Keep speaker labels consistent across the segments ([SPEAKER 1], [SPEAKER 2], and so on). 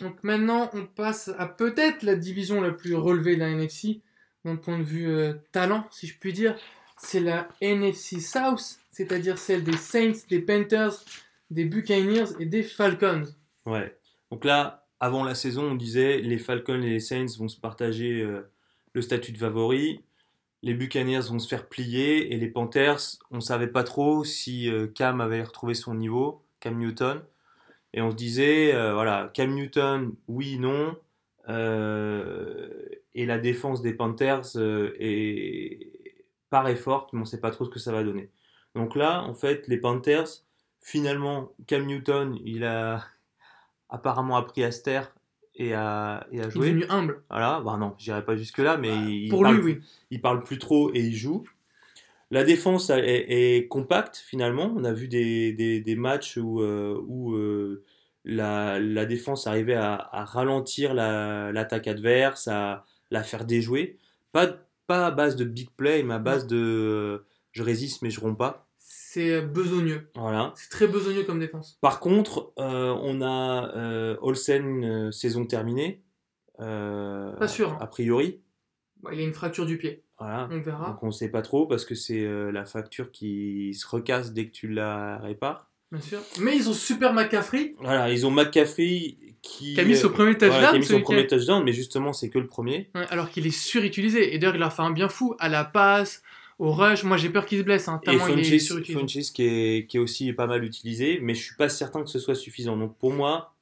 [SPEAKER 1] Donc maintenant, on passe à peut-être la division la plus relevée de la NFC, d'un point de vue euh, talent, si je puis dire. C'est la NFC South, c'est-à-dire celle des Saints, des Panthers, des Buccaneers et des Falcons.
[SPEAKER 2] Ouais. Donc là, avant la saison, on disait les Falcons et les Saints vont se partager euh, le statut de favori. Les Buccaneers vont se faire plier et les Panthers, on ne savait pas trop si euh, Cam avait retrouvé son niveau, Cam Newton. Et on se disait, euh, voilà, Cam Newton, oui, non. Euh, et la défense des Panthers euh, est... paraît forte, mais on ne sait pas trop ce que ça va donner. Donc là, en fait, les Panthers, finalement, Cam Newton, il a apparemment appris à se taire et à, et à
[SPEAKER 1] Il est
[SPEAKER 2] jouer.
[SPEAKER 1] devenu humble.
[SPEAKER 2] Voilà, bah non, j'irai pas jusque-là, mais il,
[SPEAKER 1] Bah, Pour lui,
[SPEAKER 2] parle,
[SPEAKER 1] oui.
[SPEAKER 2] il parle plus trop et il joue. La défense elle, est, est compacte finalement. On a vu des, des- des matchs où, euh, où, euh, la, la défense arrivait à, à ralentir la- l'attaque adverse, à la faire déjouer. Pas, pas à base de big play, mais à base de euh, je résiste mais je romps pas.
[SPEAKER 1] C'est euh, besogneux.
[SPEAKER 2] Voilà.
[SPEAKER 1] C'est très besogneux comme défense.
[SPEAKER 2] Par contre, euh, on a euh, Olsen euh, saison terminée. euh,
[SPEAKER 1] Pas sûr, hein.
[SPEAKER 2] A priori.
[SPEAKER 1] Bon, il a une fracture du pied.
[SPEAKER 2] Voilà.
[SPEAKER 1] On verra,
[SPEAKER 2] Donc on ne sait pas trop parce que c'est euh, la facture qui se recasse dès que tu la répares.
[SPEAKER 1] bien sûr. Mais ils ont super McCaffrey
[SPEAKER 2] Voilà, ils ont McCaffrey qui,
[SPEAKER 1] qui a mis
[SPEAKER 2] euh,
[SPEAKER 1] son premier touchdown.
[SPEAKER 2] voilà, qui a mis
[SPEAKER 1] ce
[SPEAKER 2] son
[SPEAKER 1] week-end.
[SPEAKER 2] premier touchdown, mais justement c'est que le premier.
[SPEAKER 1] Ouais, alors qu'il est surutilisé. Et d'ailleurs, il leur fait un bien fou à la passe, au rush. Moi, j'ai peur qu'il se blesse. Hein,
[SPEAKER 2] Et
[SPEAKER 1] tellement il est
[SPEAKER 2] Funches,
[SPEAKER 1] surutilisé.
[SPEAKER 2] Funches qui, est, qui est aussi pas mal utilisé, mais je suis pas certain que ce soit suffisant. Donc pour moi,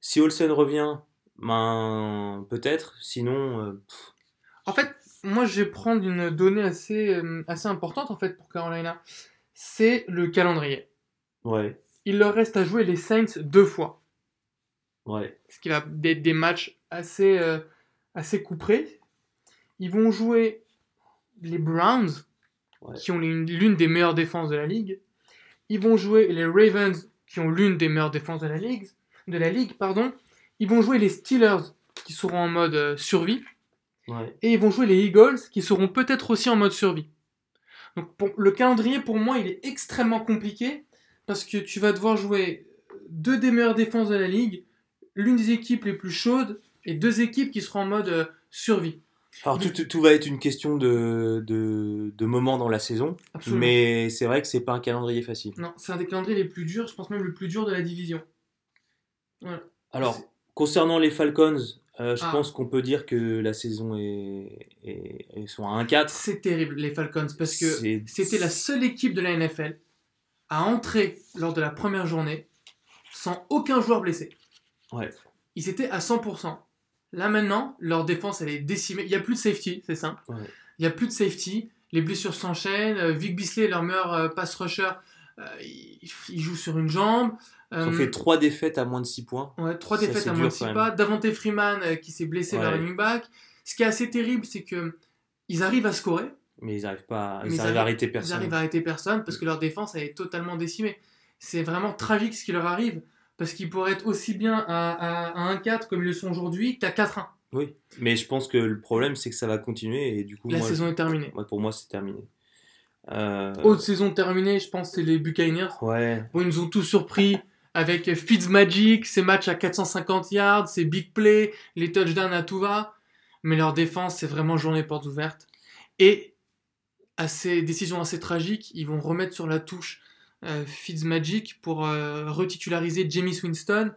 [SPEAKER 2] si Olsen revient, ben, peut-être, sinon euh, pff,
[SPEAKER 1] En fait, moi, je vais prendre une donnée assez, euh, assez importante en fait pour Carolina. C'est le calendrier.
[SPEAKER 2] ouais,
[SPEAKER 1] Il leur reste à jouer les Saints deux fois.
[SPEAKER 2] ouais,
[SPEAKER 1] Parce qu'il a des, des matchs assez, euh, assez couperés. Ils vont jouer les Browns,
[SPEAKER 2] Ouais.
[SPEAKER 1] qui ont l'une l'une des meilleures défenses de la ligue. Ils vont jouer les Ravens, qui ont l'une des meilleures défenses de la ligue. De la ligue pardon. Ils vont jouer les Steelers, qui seront en mode euh, survie.
[SPEAKER 2] ouais.
[SPEAKER 1] et ils vont jouer les Eagles qui seront peut-être aussi en mode survie. Donc pour- le calendrier pour moi il est extrêmement compliqué parce que tu vas devoir jouer deux des meilleures défenses de la ligue, l'une des équipes les plus chaudes et deux équipes qui seront en mode euh, survie.
[SPEAKER 2] Alors tout, tout- tout va être une question de, de, de moment dans la saison,
[SPEAKER 1] Absolument.
[SPEAKER 2] mais c'est vrai que c'est pas un calendrier facile.
[SPEAKER 1] Non, c'est un des calendriers les plus durs, je pense même le plus dur de la division.
[SPEAKER 2] Alors,
[SPEAKER 1] C'est-
[SPEAKER 2] concernant les Falcons, euh, je
[SPEAKER 1] Ah.
[SPEAKER 2] pense qu'on peut dire que la saison est, est- ils sont à 1-4.
[SPEAKER 1] C'est terrible les Falcons parce que
[SPEAKER 2] C'est-
[SPEAKER 1] c'était la seule équipe de la NFL à entrer lors de la première journée sans aucun joueur blessé.
[SPEAKER 2] Ouais.
[SPEAKER 1] ils étaient à 100%. Là maintenant, leur défense elle est décimée. Il n'y a plus de safety, c'est simple.
[SPEAKER 2] Ouais.
[SPEAKER 1] Il n'y a plus de safety. Les blessures s'enchaînent. Euh, Vic Bisley, leur meilleur euh, pass rusher, euh, il, il joue sur une jambe.
[SPEAKER 2] Ils ont
[SPEAKER 1] Euh,
[SPEAKER 2] fait 3 défaites à moins de 6 points.
[SPEAKER 1] ouais, trois
[SPEAKER 2] Ça,
[SPEAKER 1] défaites
[SPEAKER 2] c'est
[SPEAKER 1] à
[SPEAKER 2] dur,
[SPEAKER 1] moins de
[SPEAKER 2] quand
[SPEAKER 1] six
[SPEAKER 2] même.
[SPEAKER 1] pas. Davante Freeman euh, qui s'est blessé vers
[SPEAKER 2] Ouais.
[SPEAKER 1] le running back. Ce qui est assez terrible, c'est que ils arrivent à scorer,
[SPEAKER 2] Mais ils n'arrivent pas
[SPEAKER 1] Mais
[SPEAKER 2] ils
[SPEAKER 1] ils
[SPEAKER 2] arrivent
[SPEAKER 1] arrivent-
[SPEAKER 2] à arrêter
[SPEAKER 1] ils
[SPEAKER 2] personne.
[SPEAKER 1] arrivent à arrêter personne parce que leur défense elle est totalement décimée. C'est vraiment tragique ce qui leur arrive parce qu'ils pourraient être aussi bien à, à- à 1-4 comme ils le sont aujourd'hui qu'à 4-1.
[SPEAKER 2] Oui. Mais je pense que le problème, c'est que ça va continuer et du coup,
[SPEAKER 1] La
[SPEAKER 2] moi,
[SPEAKER 1] saison est terminée.
[SPEAKER 2] moi, pour moi, c'est terminé. Euh,
[SPEAKER 1] Autre saison terminée, je pense, c'est les Buccaneers.
[SPEAKER 2] Ouais,
[SPEAKER 1] Bon, ils nous ont tous surpris avec Fitzmagic, ses matchs à 450 yards, ses big plays, les touchdowns à tout va. Mais leur défense, c'est vraiment journée portes ouvertes. Et à ces décisions assez tragiques, ils vont remettre sur la touche euh, Fitzmagic pour euh, retitulariser Jamie Winston,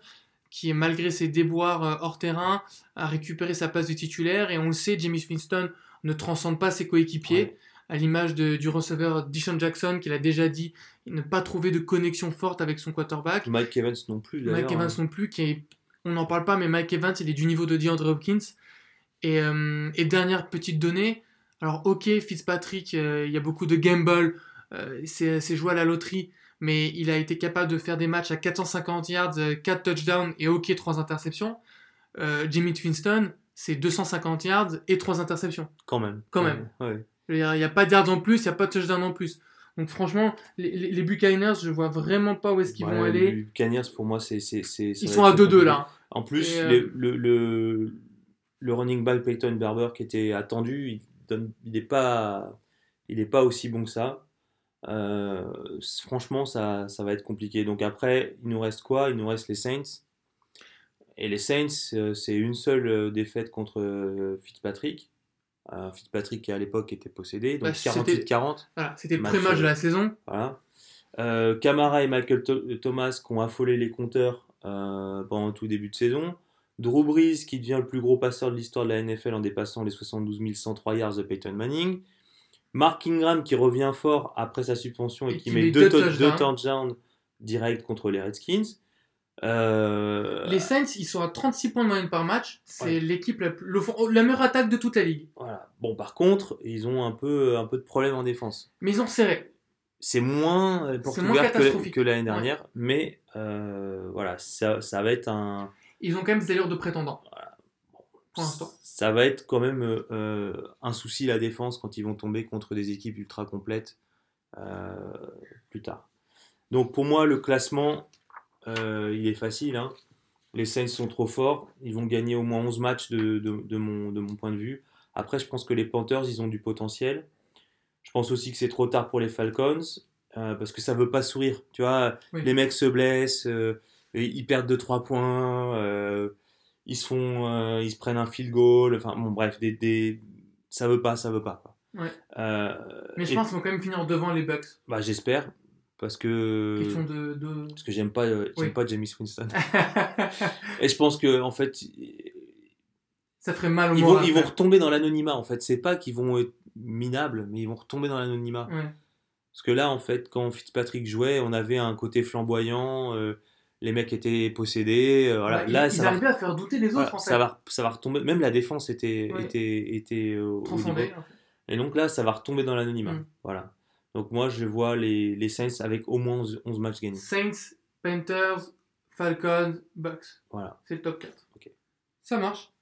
[SPEAKER 1] qui, malgré ses déboires euh, hors terrain, a récupéré sa place de titulaire. Et on le sait, Jamie Winston ne transcende pas ses coéquipiers
[SPEAKER 2] ouais.
[SPEAKER 1] à l'image de- du receveur Deshaun Jackson, qu'il a déjà dit ne pas trouver de connexion forte avec son quarterback.
[SPEAKER 2] Mike Evans non plus.
[SPEAKER 1] Mike
[SPEAKER 2] d'ailleurs, hein.
[SPEAKER 1] Evans non plus, qui est- on n'en parle pas, mais Mike Evans, il est du niveau de DeAndre Hopkins. Et, euh, et dernière petite donnée, alors ok, Fitzpatrick, euh, il y a beaucoup de gamble, euh, c'est c'est joué à la loterie, mais il a été capable de faire des matchs à 450 yards, 4 touchdowns et ok, 3 interceptions. Euh, Jimmy Twinston, c'est 250 yards et 3 interceptions.
[SPEAKER 2] Quand même.
[SPEAKER 1] Quand
[SPEAKER 2] Ouais,
[SPEAKER 1] même.
[SPEAKER 2] ouais.
[SPEAKER 1] Il n'y a pas de yards en plus, il n'y a pas de touchdown en plus. Donc franchement, les, les- les Buccaneers, je vois vraiment pas où est-ce qu'ils
[SPEAKER 2] Ouais,
[SPEAKER 1] vont
[SPEAKER 2] les
[SPEAKER 1] aller.
[SPEAKER 2] Bah, Buccaneers, pour moi, c'est. c'est- c'est- ça
[SPEAKER 1] Ils
[SPEAKER 2] va
[SPEAKER 1] sont à
[SPEAKER 2] être
[SPEAKER 1] 2-2
[SPEAKER 2] compliqué.
[SPEAKER 1] là.
[SPEAKER 2] En plus,
[SPEAKER 1] Et, euh,
[SPEAKER 2] les- le, le, le running back Peyton Barber qui était attendu, il donne, il n'est pas, il est pas aussi bon que ça. Euh, c- franchement, ça, ça va être compliqué. Donc après, il nous reste quoi Il nous reste les Saints. Et les Saints, euh, c'est une seule euh, défaite contre euh, Fitzpatrick. Euh, Fitzpatrick qui à l'époque était possédé, donc
[SPEAKER 1] Bah, c'était-
[SPEAKER 2] 48-40.
[SPEAKER 1] Voilà, c'était le
[SPEAKER 2] Match,
[SPEAKER 1] pré-match de
[SPEAKER 2] euh,
[SPEAKER 1] la saison.
[SPEAKER 2] Voilà. Euh, Camara et Michael Tho- Thomas qui ont affolé les compteurs euh, pendant tout début de saison. Drew Brees qui devient le plus gros passeur de l'histoire de la NFL en dépassant les 72 103 yards de Peyton Manning. Mark Ingram qui revient fort après sa suspension et, qui, met, deux, to- deux
[SPEAKER 1] touchdowns.
[SPEAKER 2] touchdowns directs contre les Redskins. Euh,
[SPEAKER 1] Les Saints, ils sont à 36 points de moyenne par match. C'est
[SPEAKER 2] Ouais.
[SPEAKER 1] l'équipe la, plus- l'offen- oh, la meilleure attaque de toute la ligue.
[SPEAKER 2] voilà. Bon, par contre, ils ont un peu, un peu de problème en défense.
[SPEAKER 1] Mais ils ont serré.
[SPEAKER 2] c'est moins euh, pour
[SPEAKER 1] C'est
[SPEAKER 2] tout
[SPEAKER 1] moins
[SPEAKER 2] ouvert que,
[SPEAKER 1] catastrophique.
[SPEAKER 2] que l'année dernière, mais euh, voilà, ça, ça va être un,
[SPEAKER 1] Ils ont quand même des allures de prétendants. Pour l'instant.
[SPEAKER 2] ça va être quand même euh, euh, un souci la défense quand ils vont tomber contre des équipes ultra complètes euh, plus tard. Donc pour moi, le classement, euh, il est facile. hein. Les Saints sont trop forts. Ils vont gagner au moins 11 matchs de, de- de mon, de mon point de vue. Après, je pense que les Panthers, ils ont du potentiel. Je pense aussi que c'est trop tard pour les Falcons euh, parce que ça veut pas sourire. Tu vois,
[SPEAKER 1] Oui.
[SPEAKER 2] les mecs se blessent, euh, et ils perdent 2-3 points. euh, ils se font, euh, ils se prennent un field goal, enfin bon bref, des, des... ça veut pas, ça veut pas. quoi.
[SPEAKER 1] Ouais.
[SPEAKER 2] Euh,
[SPEAKER 1] Mais je
[SPEAKER 2] Et-
[SPEAKER 1] pense qu'ils vont quand même finir devant les Bucks.
[SPEAKER 2] bah j'espère parce que
[SPEAKER 1] Question de. de-
[SPEAKER 2] parce que j'aime pas, euh, j'aime
[SPEAKER 1] Oui.
[SPEAKER 2] pas Jamie Winston. Et je pense que en fait
[SPEAKER 1] ça ferait mal au
[SPEAKER 2] ils vont,
[SPEAKER 1] moral.
[SPEAKER 2] ils vont retomber dans l'anonymat. En fait, c'est pas qu'ils vont être minables, mais ils vont retomber dans l'anonymat.
[SPEAKER 1] Ouais.
[SPEAKER 2] Parce que là, en fait, quand Fitzpatrick jouait, on avait un côté flamboyant, euh, les mecs étaient possédés. euh, voilà.
[SPEAKER 1] Bah, ils-
[SPEAKER 2] là,
[SPEAKER 1] ils
[SPEAKER 2] ça va
[SPEAKER 1] arrivaient à faire douter les autres
[SPEAKER 2] Voilà,
[SPEAKER 1] en fait.
[SPEAKER 2] ça, va, ça va retomber. Même la défense était,
[SPEAKER 1] Ouais.
[SPEAKER 2] était, était euh, au
[SPEAKER 1] Transcender.
[SPEAKER 2] niveau. Et donc là, ça va retomber dans l'anonymat.
[SPEAKER 1] Mm.
[SPEAKER 2] Voilà. Donc moi, je vois les, les Saints avec au moins 11, 11 matchs gagnés.
[SPEAKER 1] Saints, Panthers, Falcons, Bucks.
[SPEAKER 2] Voilà.
[SPEAKER 1] C'est le top 4.
[SPEAKER 2] Ok.
[SPEAKER 1] Ça marche.